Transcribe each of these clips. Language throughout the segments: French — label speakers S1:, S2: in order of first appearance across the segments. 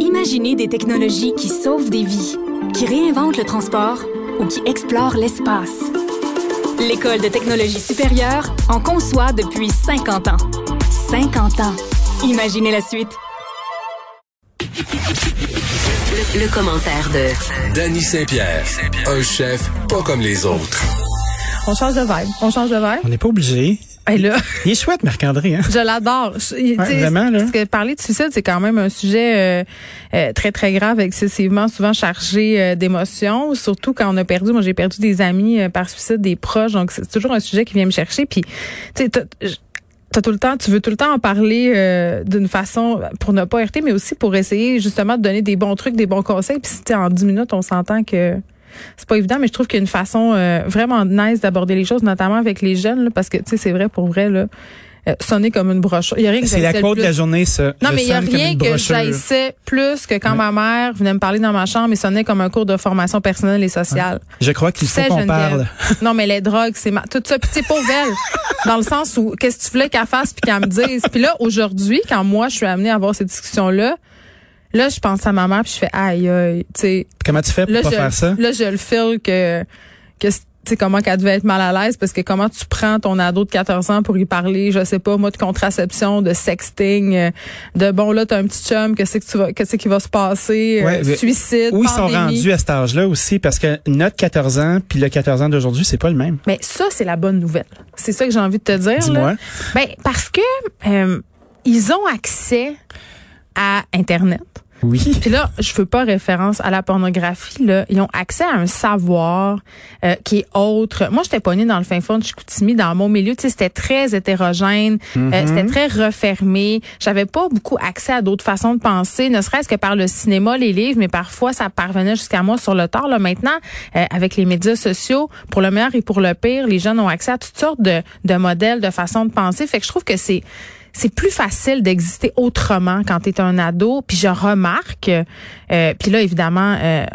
S1: Imaginez des technologies qui sauvent des vies, qui réinventent le transport ou qui explorent l'espace. L'École de technologie supérieure en conçoit depuis 50 ans. 50 ans. Imaginez la suite.
S2: Le, le commentaire de
S3: Danny Saint-Pierre, un chef pas comme les autres.
S4: On change de vibe. On change de vibe.
S5: On n'est pas obligé.
S4: Et là,
S5: Il est chouette, Marc-André. Hein?
S4: je l'adore. Je- tu sais,
S5: vraiment, là.
S4: Parce que parler de suicide, c'est quand même un sujet euh, euh, très, très grave, excessivement souvent chargé euh, d'émotions. Surtout quand on a perdu, moi j'ai perdu des amis euh, par suicide, des proches. Donc c'est toujours un sujet qui vient me chercher. Puis, tu sais, t'as- j- t'as tout le temps, tu veux tout le temps en parler euh, d'une façon pour ne pas heurter, mais aussi pour essayer justement de donner des bons trucs, des bons conseils. Puis si t'es en 10 minutes, on s'entend que c'est pas évident, mais je trouve qu'il y a une façon euh, vraiment nice d'aborder les choses, notamment avec les jeunes, là, parce que tu sais, c'est vrai pour vrai là, euh, sonner comme une brochure. Il y a rien que
S5: C'est la
S4: j'haïssais le
S5: quote de
S4: plus.
S5: la journée, ça.
S4: Non,
S5: Je
S4: mais il y a
S5: sonne comme
S4: rien
S5: une
S4: que
S5: brochure.
S4: j'haïssais plus que quand
S5: Ouais.
S4: ma mère venait me parler dans ma chambre et sonnait comme un cours de formation personnelle et sociale.
S5: Je crois qu'il faut qu'on parle.
S4: Non, mais les drogues, c'est ma... tout ça. Puis, tu sais, pauvre elle. Dans le sens où, qu'est-ce que tu voulais qu'elle fasse puis qu'elle me dise. Puis là, aujourd'hui, quand moi, je suis amenée à avoir cette discussion-là, là, je pense à ma mère puis je fais, aïe, aïe, tu sais,
S5: Comment tu fais pour
S4: là,
S5: pas
S4: je,
S5: faire ça?
S4: là, je le feel que, que c'est- tu sais, comment qu'elle devait être mal à l'aise parce que comment tu prends ton ado de 14 ans pour y parler, je sais pas, moi, de contraception, de sexting, euh, de bon, là, t'as un petit chum, qu'est-ce que tu vas, qu'est-ce qui va se passer, euh,
S5: Ouais, mais
S4: suicide,
S5: Où ils sont
S4: pandémie.
S5: rendus à cet âge-là aussi? Parce que notre 14 ans puis le 14 ans d'aujourd'hui, c'est pas le même.
S4: Mais ça, c'est la bonne nouvelle. C'est ça que j'ai envie de te dire.
S5: Dis-moi.
S4: Là. Ben, parce que euh, ils ont accès à Internet.
S5: Oui.
S4: Puis là, je fais pas référence à la pornographie. Là. Ils ont accès à un savoir euh, qui est autre. Moi, j'étais pognée dans le fin fond de Chicoutimi, dans mon milieu. Tu sais, c'était très hétérogène, euh, c'était très refermé. J'avais pas beaucoup accès à d'autres façons de penser, ne serait-ce que par le cinéma, les livres, mais parfois, ça parvenait jusqu'à moi sur le tard. Là, maintenant, euh, avec les médias sociaux, pour le meilleur et pour le pire, les jeunes ont accès à toutes sortes de, de modèles, de façons de penser. Fait que je trouve que c'est c'est plus facile d'exister autrement quand tu es un ado. Puis je remarque, euh, puis là, évidemment, euh,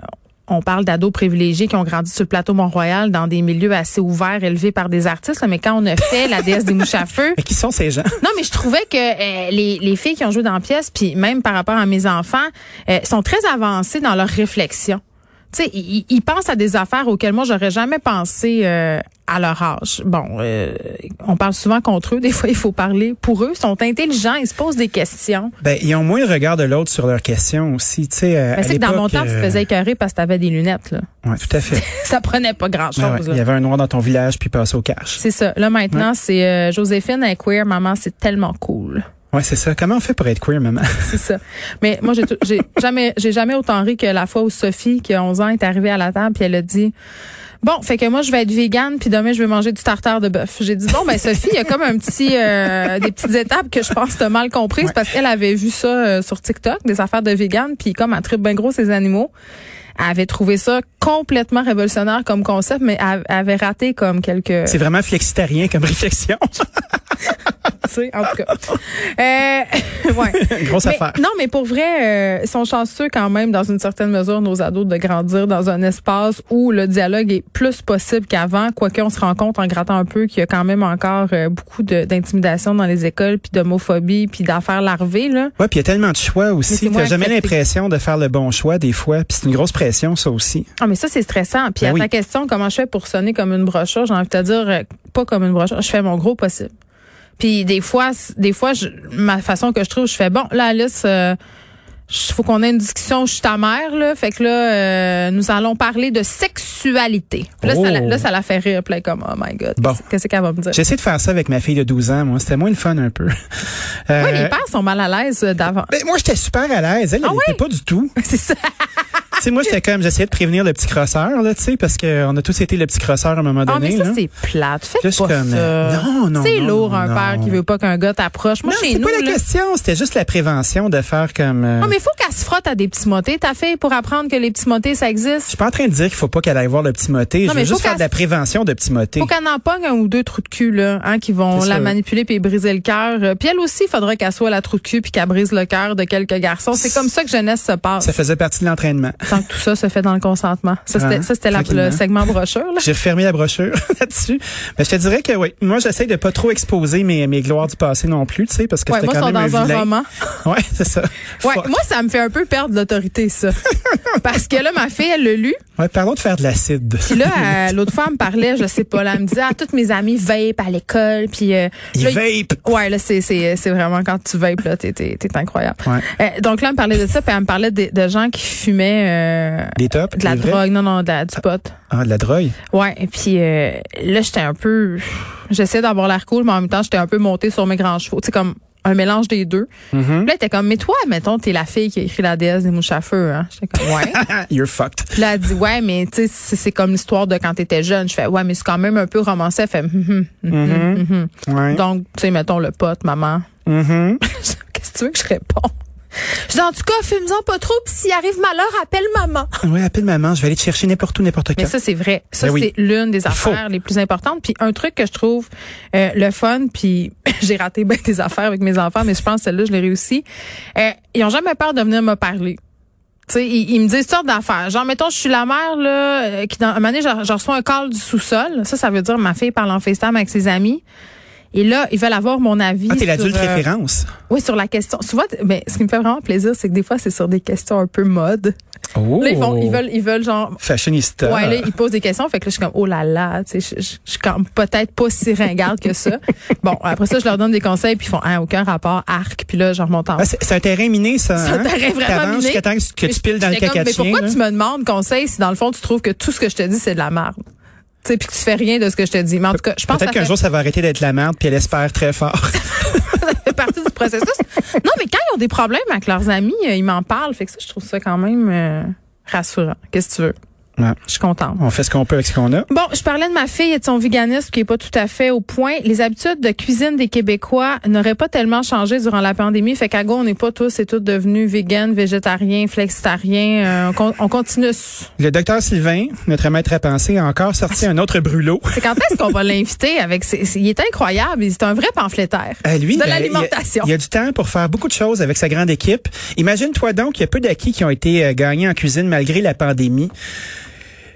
S4: on parle d'ados privilégiés qui ont grandi sur le plateau Mont-Royal dans des milieux assez ouverts, élevés par des artistes. là. mais quand on a fait la déesse des mouches à feu,
S5: Mais qui sont ces gens?
S4: non, mais je trouvais que euh, les, les filles qui ont joué dans la pièce, puis même par rapport à mes enfants, euh, sont très avancées dans leur réflexion. Tu sais, ils, ils pensent à des affaires auxquelles moi j'aurais jamais pensé euh, à leur âge. Bon, euh, on parle souvent contre eux, des fois il faut parler pour eux. Ils sont intelligents, ils se posent des questions.
S5: Ben, ils ont moins le regard de l'autre sur leurs questions aussi. Tu sais, euh,
S4: Mais
S5: à
S4: Ben, c'est que dans mon
S5: l'époque,
S4: temps, tu
S5: euh,
S4: te faisais écœurer parce que t'avais des lunettes. Là.
S5: Ouais, tout à fait.
S4: Ça prenait pas grand
S5: Ouais, ouais.
S4: chose.
S5: Il y avait un noir dans ton village puis passé au cash.
S4: c'est ça. Là maintenant, c'est euh, Joséphine elle est queer, maman, c'est tellement cool.
S5: Ouais, c'est ça. Comment on fait pour être queer, maman?
S4: C'est ça. Mais moi, j'ai tout- j'ai jamais, j'ai jamais autant ri que la fois où Sophie, qui a 11 ans, est arrivée à la table puis elle a dit. Bon, fait que moi je vais être végane puis demain je vais manger du tartare de bœuf. J'ai dit bon ben Sophie, il y a comme un petit euh, des petites étapes que je pense que t'as mal comprises parce qu'elle avait vu ça euh, sur TikTok des affaires de végane puis comme elle tripe bien gros ses animaux, elle avait trouvé ça complètement révolutionnaire comme concept mais elle elle avait raté comme quelques
S5: C'est vraiment flexitarien comme réflexion.
S4: tu sais, en tout cas. Euh, ouais.
S5: Grosse
S4: Mais-
S5: affaire.
S4: Non, mais pour vrai, euh, ils sont chanceux quand même, dans une certaine mesure, nos ados, de grandir dans un espace où le dialogue est plus possible qu'avant, quoique on se rend compte en grattant un peu qu'il y a quand même encore euh, beaucoup de- d'intimidation dans les écoles, puis d'homophobie, puis d'affaires larvées, là.
S5: Ouais, puis il y a tellement de choix
S4: Mais c'est
S5: aussi.
S4: moins
S5: T'as jamais
S4: accepté.
S5: l'impression de faire le bon choix des fois. Puis c'est une grosse pression, ça aussi.
S4: Ah, mais ça, c'est stressant. Puis
S5: Ben
S4: à ta
S5: oui.
S4: question, comment je fais pour sonner comme une brochure, j'ai envie de te dire, euh, pas comme une brochure, je fais mon gros possible. Puis des fois, c- des fois, je- ma façon que je trouve, je fais, bon, là, Alice, euh, je- faut qu'on ait une discussion, je suis ta mère, là. Fait que là, euh, nous allons parler de sexualité. Puis Là,
S5: Oh.
S4: ça, la- là, ça la fait rire, puis elle est comme, oh my God,
S5: Bon.
S4: qu'est-ce qu'elle va me dire?
S5: J'essaie de faire ça avec ma fille de 12 ans, moi. C'était moins le fun un peu. Euh,
S4: Oui, les pères sont mal à l'aise euh, d'avant.
S5: ben, moi, j'étais super à l'aise. Elle,
S4: Ah
S5: elle
S4: ouais?
S5: était pas du tout.
S4: c'est ça.
S5: tu sais, moi, j'étais comme, j'essayais de prévenir le petit crosseur, là, tu sais, parce qu'on a tous été le petit crosseur à un moment
S4: Ah, mais
S5: donné.
S4: ça,
S5: là.
S4: c'est plate. Faites
S5: Juste
S4: pas
S5: comme, euh,
S4: ça.
S5: non, non,
S4: C'est
S5: non,
S4: lourd,
S5: non,
S4: un père
S5: non.
S4: qui veut pas qu'un gars t'approche. Moi,
S5: non,
S4: chez
S5: c'est
S4: nous,
S5: pas la
S4: là,
S5: question. C'était juste la prévention de faire comme. euh,
S4: Non, Ah, mais il faut qu'elle se frotte à des petits motés, ta fille, pour apprendre que les petits motés, ça
S5: Je
S4: existe.
S5: suis pas en train de dire qu'il faut pas qu'elle aille voir le petit moté.
S4: Non,
S5: Je veux
S4: mais faut
S5: juste faire de
S4: qu'elle-
S5: la prévention de petit moté.
S4: Faut qu'elle en pogne un ou deux trous de cul, là, hein, qui vont
S5: C'est
S4: la
S5: ça.
S4: manipuler puis briser le cœur. Euh, Puis elle aussi, il faudra qu'elle soit la trou de cul puis qu'elle brise le cœur de quelques garçons. C'est comme ça que jeunesse se passe.
S5: Ça faisait partie de l'entraînement.
S4: Tant que tout ça se fait dans le consentement. Ça, c'était,
S5: Ah,
S4: ça, c'était la- le
S5: tranquillement.
S4: segment brochure. là.
S5: J'ai refermé la brochure là-dessus. Mais je te dirais que oui, moi j'essaie de pas trop exposer mes, mes gloires du passé non plus, tu sais, parce que
S4: Ouais,
S5: c'était
S4: moi, ils
S5: quand
S4: sont
S5: même
S4: dans un
S5: vilain.
S4: roman.
S5: Ouais, c'est ça.
S4: Ouais,
S5: Fuck.
S4: moi, ça me fait un peu perdre l'autorité, ça. Parce que là, ma fille, elle l'a lu.
S5: Ouais, parlons de faire de l'acide.
S4: Puis là, euh, l'autre femme parlait, je sais pas, là, elle me disait, ah, toutes mes amies vape à l'école, puis euh,
S5: Ils
S4: là,
S5: vapent.
S4: Ouais, là, c'est, c'est, c'est vraiment quand tu vapes, là, t'es, t'es, t'es incroyable.
S5: Ouais.
S4: Euh, donc là, elle me parlait de ça, puis elle me parlait de, de gens qui fumaient euh,
S5: Des tops.
S4: de la
S5: des vrais.
S4: drogue, non, non, de la- du pot.
S5: Ah, de la drogue.
S4: Ouais, et puis euh, là, j'étais un peu... J'essayais d'avoir l'air cool, mais en même temps, j'étais un peu montée sur mes grands chevaux. Tu sais, comme un mélange des deux. Puis là, elle était comme, mais toi, mettons, t'es la fille qui a écrit la déesse des mouches à feu, hein? J'étais comme, ouais.
S5: Ah, you're fucked.
S4: Puis là, elle dit, ouais, mais tu sais, c'est c'est comme l'histoire de quand t'étais jeune. Je fais, ouais, mais c'est quand même un peu romancé. Elle fait, hum, hum, hum, hum.
S5: Ouais.
S4: donc, tu sais, mettons le pote, maman. Qu'est-ce que tu veux que je réponde? Je dis, en tout cas, fume-en pas trop, puis s'il arrive malheur, appelle maman.
S5: Ouais, appelle maman, je vais aller te chercher n'importe où, n'importe quand.
S4: Mais ça, c'est vrai. Ça,
S5: Ben oui.
S4: c'est l'une des
S5: Faux.
S4: affaires les plus importantes. Puis un truc que je trouve euh, le fun, puis j'ai raté bien des affaires avec mes enfants, mais je pense que celle-là, je l'ai réussi. Euh, ils ont jamais peur de venir me parler. Tu sais, ils, ils me disent toutes sortes d'affaires. Genre, mettons, je suis la mère, là, euh, qui, dans un moment donné, je, je reçois un call du sous-sol. Ça, ça veut dire ma fille parle en FaceTime avec ses amis. Et là, ils veulent avoir mon avis.
S5: Ah, t'es
S4: sur,
S5: l'adulte
S4: euh,
S5: référence.
S4: Oui, sur la question. Souvent, t- mais ce qui me fait vraiment plaisir, c'est que des fois, c'est sur des questions un peu mode.
S5: Oh.
S4: Là, ils, font, ils veulent, ils veulent genre
S5: Fashionista.
S4: Ouais, là, il pose des questions. Fait que là, je suis comme, oh là là, tu sais, je, je- je suis comme peut-être pas si ringarde que ça. bon, après ça, je leur donne des conseils, puis ils font, ah, aucun rapport, arc, puis là, je remonte en
S5: Ah, c'est c'est un terrain miné, ça.
S4: C'est un
S5: hein?
S4: terrain vraiment
S5: T'avances
S4: miné.
S5: jusqu'à temps que, que tu piles dans le
S4: J'étais comme,
S5: caca de
S4: mais
S5: chien.
S4: pourquoi
S5: là.
S4: tu me demandes conseil si dans le fond, tu trouves que tout ce que je te dis, c'est de la merde? Tu sais, puis que tu fais rien de ce que je te dis. Mais en tout cas, je pense que ça
S5: Peut-être qu'un
S4: fait
S5: jour, ça va arrêter d'être la merde, puis elle espère très fort.
S4: partie du processus. Non, mais quand ils ont des problèmes avec leurs amis, euh, ils m'en parlent. Fait que ça, je trouve ça quand même euh, rassurant. Qu'est-ce que tu veux?
S5: Ouais.
S4: Je suis contente.
S5: On fait ce qu'on peut avec ce qu'on a.
S4: Bon, je parlais de ma fille et de son véganisme qui est pas tout à fait au point. Les habitudes de cuisine des Québécois n'auraient pas tellement changé durant la pandémie. Fait qu'à go, on n'est pas tous et toutes devenus vegan, végétariens, flexitariens. Euh, on, con- on continue. C'est
S5: Le docteur Sylvain, notre maître à penser, a encore sorti un autre brûlot.
S4: quand est-ce qu'on va l'inviter avec ses- ses- Il est incroyable. Il- C'est un vrai pamphlétaire.
S5: À lui,
S4: de
S5: ben, il y a-
S4: l'alimentation.
S5: Il y a du temps pour faire beaucoup de choses avec sa grande équipe. Imagine-toi donc qu'il y a peu d'acquis qui ont été euh, gagnés en cuisine malgré la pandémie.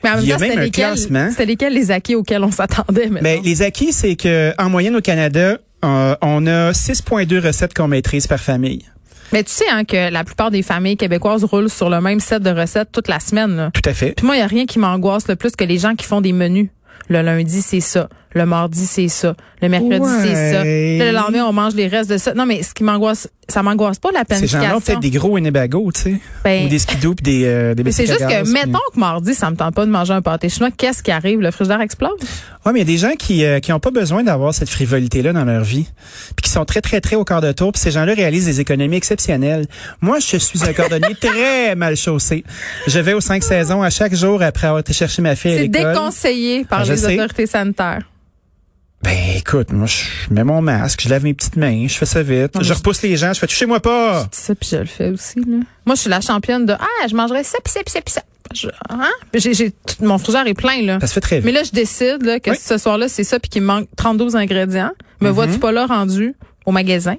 S4: Mais en même
S5: il y a
S4: temps,
S5: même
S4: c'était
S5: un
S4: lesquels,
S5: classement.
S4: c'était lesquels les acquis auxquels on s'attendait
S5: Ben,
S4: maintenant?
S5: les acquis, c'est que en moyenne au Canada, euh, on a 6,2 recettes qu'on maîtrise par famille.
S4: Mais tu sais hein, que la plupart des familles québécoises roulent sur le même set de recettes toute la semaine. là.
S5: Tout à fait.
S4: Puis moi, il n'y a rien qui m'angoisse le plus que les gens qui font des menus. Le lundi, c'est ça. Le mardi, c'est ça. Le mercredi,
S5: Ouais.
S4: c'est ça. Puis là, Le lendemain, on mange les restes de ça. Non, mais ce qui m'angoisse, ça m'angoisse pas la
S5: Ces gens-là
S4: planification.
S5: ont peut-être des gros Winnebago, tu sais.
S4: Ben,
S5: ou des skidoo pis des, euh, des
S4: mais c'est
S5: bicycles
S4: juste
S5: à
S4: que,
S5: gaz, puis-
S4: mettons que mardi, ça me tente pas de manger un pâté chinois. Qu'est-ce qui arrive? Le frigidaire explose?
S5: Ouais, mais il y a des gens qui euh, qui ont pas besoin d'avoir cette frivolité-là dans leur vie, puis qui sont très très très au quart de tour. Puis ces gens-là réalisent des économies exceptionnelles. Moi, je suis un cordonnier très mal chaussé. Je vais aux cinq saisons à chaque jour après avoir été chercher ma fille à
S4: C'est
S5: l'école.
S4: déconseillé par
S5: Ah, je
S4: les
S5: sais.
S4: autorités sanitaires.
S5: Ben écoute, moi je mets mon masque, je lave mes petites mains, je fais ça vite,
S4: mais
S5: je
S4: je-
S5: repousse les gens, je fais touchez-moi pas.
S4: C'est ça, puis je le fais aussi. Là. Moi, je suis la championne de Ah, je mangerais ça, puis ça, puis ça, puis ça. Je- hein? J'ai- j'ai- tout- mon frigidaire est plein, là.
S5: Ça se fait très
S4: Mais
S5: vite.
S4: là, je décide là, que
S5: Oui. Mm-hmm.
S4: ce soir-là, c'est ça, puis qu'il me manque 32 ingrédients. Me vois-tu pas là rendu au magasin?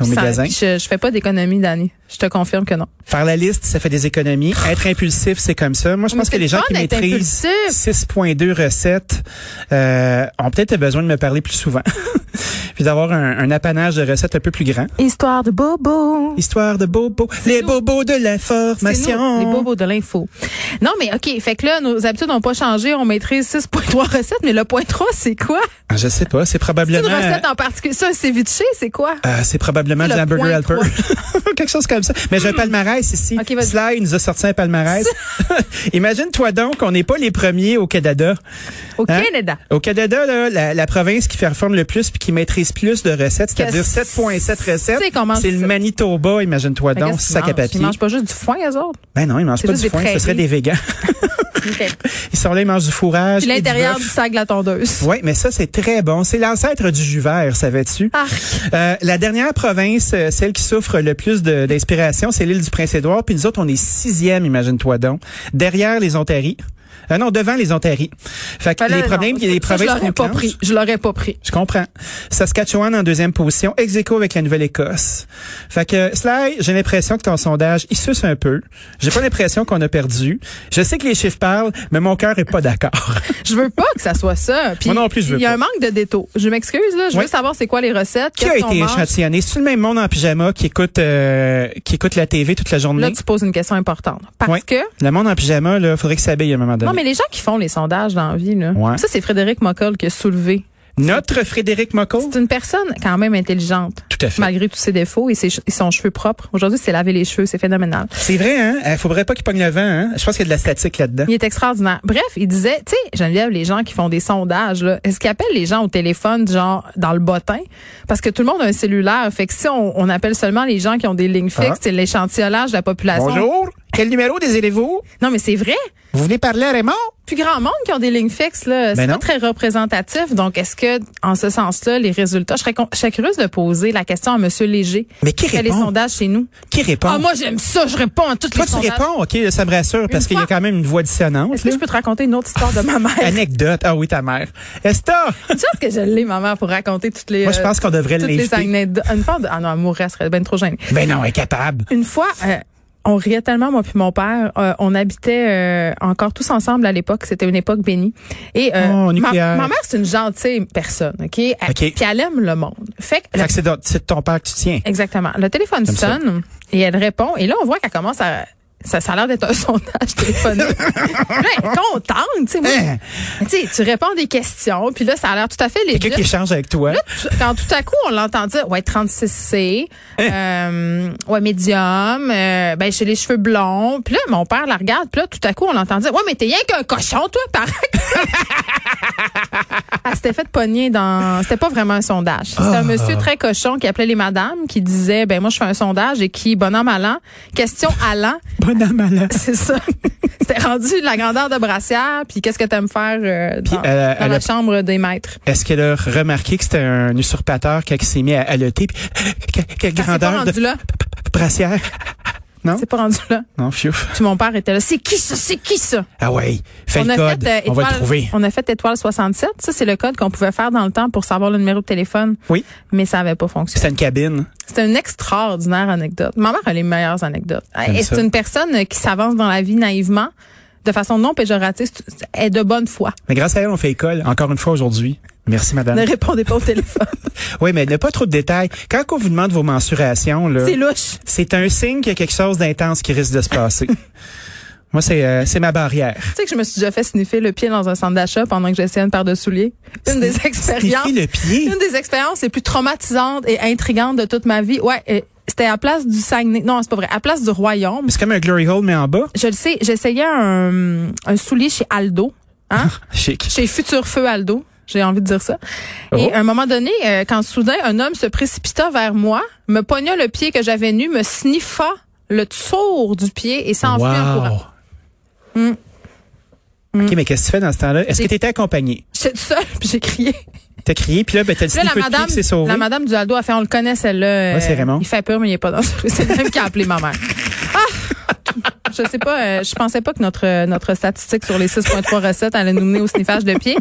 S5: Au
S4: Puis ça-
S5: magasin.
S4: puis je, je fais pas d'économie, Dani. Je te confirme que non.
S5: Faire la liste, ça fait des économies. Être impulsif, c'est comme ça. Moi, je
S4: Ah. Mais
S5: pense que
S4: c'est
S5: les gens
S4: le
S5: qui
S4: fun d'être
S5: maîtrisent
S4: impulsif.
S5: 6.2 recettes euh, ont peut-être besoin de me parler plus souvent. Puis d'avoir un, un apanage de recettes un peu plus grand.
S4: Histoire de bobo.
S5: Histoire de bobos. Les
S4: nous.
S5: bobos de
S4: C'est
S5: l'information.
S4: nous, les bobos de l'info. Non, mais OK. Fait que là, nos habitudes n'ont pas changé. On maîtrise 6.3 recettes, mais le point 3, c'est quoi?
S5: Ah, Je sais pas, c'est
S4: C'est une
S5: probablement...
S4: recette en particulier. Ça, un ceviche, c'est quoi?
S5: euh, c'est probablement
S4: C'est
S5: du
S4: le
S5: hamburger
S4: point Hmm.
S5: helper. Quelque chose comme ça. Mais j'ai un palmarès ici.
S4: Ok, vas-y.
S5: Sly nous a sorti un palmarès. Imagine-toi donc, on n'est pas les premiers au Canada.
S4: Au
S5: Hein?
S4: Canada.
S5: Au Canada, là, la, la province qui performe le plus puis qui maîtrise plus de recettes, c'est-à-dire
S4: Que
S5: 7,7 recettes,
S4: c'est qu'on mange
S5: c'est le
S4: ça.
S5: Manitoba, imagine-toi
S4: Fait
S5: donc,
S4: qu'est-ce qu'ils
S5: sac à
S4: mangent?
S5: papier.
S4: Ils mangent pas juste du foin, eux autres.
S5: Ben non, ils mangent
S4: C'est
S5: pas
S4: juste des
S5: du foin, ce serait
S4: prairies.
S5: des végans.
S4: OK.
S5: Ils sont là, ils mangent du fourrage.
S4: Puis
S5: et
S4: l'intérieur du
S5: bœuf.
S4: sac de la tondeuse.
S5: Oui, mais ça, c'est très bon. C'est l'ancêtre du jus vert, savais-tu?
S4: Arc.
S5: Euh, la dernière province, euh, celle qui souffre le plus de- d'inspiration, c'est l'île du Prince-Édouard. Puis nous autres, on est sixième, imagine-toi donc, derrière les Ontaries. Ah non, devant les Ontariens. Fait que
S4: Ben là,
S5: les problèmes,
S4: non,
S5: il y a des
S4: ça,
S5: provinces
S4: Je l'aurais pas
S5: concurrentes.
S4: pris. Je l'aurais pas pris.
S5: Je comprends. Saskatchewan en deuxième position, ex aequo avec la Nouvelle-Écosse. Fait que, Sly, j'ai l'impression que ton sondage, il suce un peu. J'ai pas l'impression qu'on a perdu. Je sais que les chiffres parlent, mais mon cœur est pas d'accord.
S4: Je veux pas que ça soit ça. Puis,
S5: Moi non plus, je veux
S4: Il y a
S5: pas.
S4: un manque de détails. Je m'excuse, là. Je
S5: Oui.
S4: veux savoir c'est quoi les recettes.
S5: qui a
S4: qu'est-ce qu'on
S5: été
S4: mange.
S5: échantillonné? C'est le même monde en pyjama qui écoute, euh, qui écoute la TV toute la
S4: Là,
S5: journée?
S4: tu poses une question importante. Parce
S5: Oui.
S4: que,
S5: Le monde en pyjama, là, faudrait que ça s'habille à un moment donné.
S4: non, mais les gens qui font les sondages dans la vie, là.
S5: Ouais.
S4: Ça, c'est Frédéric Moccol qui a soulevé.
S5: Notre Frédéric Mocco?
S4: C'est une personne quand même intelligente.
S5: Tout à fait.
S4: Malgré tous ses défauts et, ses, che- et son cheveu propre. Aujourd'hui, c'est laver les cheveux. C'est phénoménal.
S5: C'est vrai, hein? Euh, faudrait pas qu'il pogne le vent, hein? Je pense qu'il y a de la statique là-dedans.
S4: Il est extraordinaire. Bref, il disait, tu sais, Geneviève, les gens qui font des sondages, là, est-ce qu'ils appellent les gens au téléphone, genre, dans le bottin? Parce que tout le monde a un cellulaire. Fait que si on, on appelle seulement les gens qui ont des lignes fixes,
S5: Ah.
S4: c'est l'échantillonnage de la population.
S5: Bonjour. Quel numéro désirez-vous?
S4: Non, mais c'est vrai.
S5: Vous voulez parler à Raymond?
S4: Plus grand monde qui ont des lignes fixes, là. C'est
S5: Ben
S4: pas
S5: non.
S4: très représentatif. Donc, est-ce que, en ce sens-là, les résultats, je serais, con- je serais curieuse de poser la question à M. Léger.
S5: Mais qui
S4: fait les
S5: répond?
S4: sondages chez nous?
S5: Qui répond?
S4: Ah, moi, j'aime ça. Je réponds à toutes
S5: Toi,
S4: les
S5: tu
S4: sondages.
S5: réponds, OK, ça me rassure, parce
S4: Une
S5: qu'il y a
S4: fois.
S5: quand même une voix dissonante.
S4: Est-ce que
S5: là.
S4: je peux te raconter une autre histoire de ma mère?
S5: Anecdote. Ah oui, ta mère. Esta!
S4: Je pense que je l'ai, ma mère, pour raconter toutes les. euh,
S5: Moi, je pense qu'on devrait
S4: toutes les
S5: l'inviter.
S4: anecdotes. Une fois, ah non, elle mourrait, elle serait bien trop gênée.
S5: Ben non, incapable.
S4: Une fois, euh, on riait tellement, moi puis mon père. euh, on habitait euh, encore tous ensemble à l'époque. C'était une époque bénie. Et euh,
S5: Oh,
S4: ma,
S5: nucléaire.
S4: ma mère, c'est une gentille personne, OK? Elle-
S5: OK.
S4: Puis elle aime le monde. Fait que...
S5: Fait que c'est de, c'est de ton père que tu tiens.
S4: Exactement. Le téléphone
S5: J'aime ça.
S4: sonne et elle répond. Et là, on voit qu'elle commence à... Ça, ça a l'air d'être un sondage téléphonique. Là, elle est contente, tu sais. moi.
S5: Hein?
S4: Tu sais, tu réponds des questions, puis là, ça a l'air tout à fait
S5: Quelqu'un
S4: légitime.
S5: qui échange avec toi.
S4: Là, tu- quand tout à coup, on l'entend dire, ouais, 36C,
S5: Eh.
S4: euh, ouais, médium, euh, ben, j'ai les cheveux blonds. Puis là, mon père la regarde, puis là, tout à coup, on l'entend dire, ouais, mais t'es rien qu'un cochon, toi, par Elle s'était fait pogner dans. C'était pas vraiment un sondage. C'était
S5: Ah.
S4: un monsieur très cochon qui appelait les madames, qui disait, ben, moi, je fais un sondage et qui, bonhomme allant, question allant,
S5: Bonhomme à la-
S4: c'est ça. C'était rendu la grandeur de brassière, puis qu'est-ce que t'aimes faire euh, dans,
S5: elle a-
S4: dans
S5: elle
S4: la
S5: a-
S4: chambre des maîtres.
S5: Est-ce qu'elle a remarqué que c'était un usurpateur quand il s'est mis à haleter? puis que- Quelle
S4: Elle s'est pas
S5: grandeur de
S4: rendue là.
S5: brassière? Non?
S4: C'est pas rendu là.
S5: Non, fiouf.
S4: Puis mon père était là. C'est qui ça? C'est qui ça?
S5: Ah ouais. Fais
S4: on,
S5: le
S4: a
S5: code.
S4: fait, euh,
S5: on va le
S4: étoile-
S5: trouver.
S4: on a fait étoile 67. Ça, c'est le code qu'on pouvait faire dans le temps pour savoir le numéro de téléphone.
S5: Oui.
S4: Mais ça avait pas fonctionné.
S5: C'était une cabine.
S4: C'est une extraordinaire anecdote. Ma mère a les meilleures anecdotes.
S5: J'aime
S4: Et
S5: ça.
S4: C'est une personne euh, qui s'avance dans la vie naïvement, de façon non péjorative, c'est- elle est de bonne foi.
S5: Mais grâce à elle, on fait école. Encore une fois aujourd'hui. Merci, madame.
S4: Ne répondez pas au téléphone.
S5: Oui, mais ne pas trop de détails. Quand on vous demande vos mensurations, là,
S4: c'est louche.
S5: c'est un signe qu'il y a quelque chose d'intense qui risque de se passer. Moi, c'est euh, c'est ma barrière.
S4: Tu sais que je me suis déjà fait sniffer le pied dans un centre d'achat pendant que j'essayais une paire de souliers. Une des expériences.
S5: Sniffer le pied.
S4: Une des expériences les plus traumatisantes et intrigantes de toute ma vie. Ouais, euh, c'était à place du Saguenay. Non, c'est pas vrai. À place du Royaume.
S5: Mais C'est comme un glory hole, mais en bas.
S4: Je le sais, j'essayais un, un soulier chez Aldo. Hein?
S5: Chic.
S4: chez Futur Feu Aldo. J'ai envie de dire ça.
S5: Oh.
S4: Et à un moment donné, euh, quand soudain un homme se précipita vers moi, me pogna le pied que j'avais nu, me sniffa le tour du pied et s'enfuit en courant. Mm.
S5: OK, mais qu'est-ce que tu fais dans ce temps-là? Est-ce que
S4: J'ai-
S5: tu étais accompagné?
S4: J'étais toute seule, puis j'ai crié.
S5: T'as crié, puis là, ben, t'as le
S4: Puis là,
S5: sniffeux
S4: la
S5: de pied
S4: madame,
S5: qui s'est sauvé.
S4: la madame du Aldo a fait, on le connaît, celle-là.
S5: Ouais, c'est
S4: euh,
S5: Raymond.
S4: Il fait peur, mais il est pas dangereux. C'est le même qui a appelé ma mère. Ah! Je sais pas, euh, je pensais pas que notre euh, notre statistique sur les 6.3 recettes allait nous mener au sniffage de pied,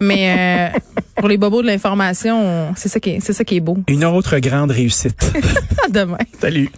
S4: mais euh, pour les bobos de l'information, on- c'est ça qui est, c'est ça qui est beau.
S5: Une autre grande réussite.
S4: À demain.
S5: Salut.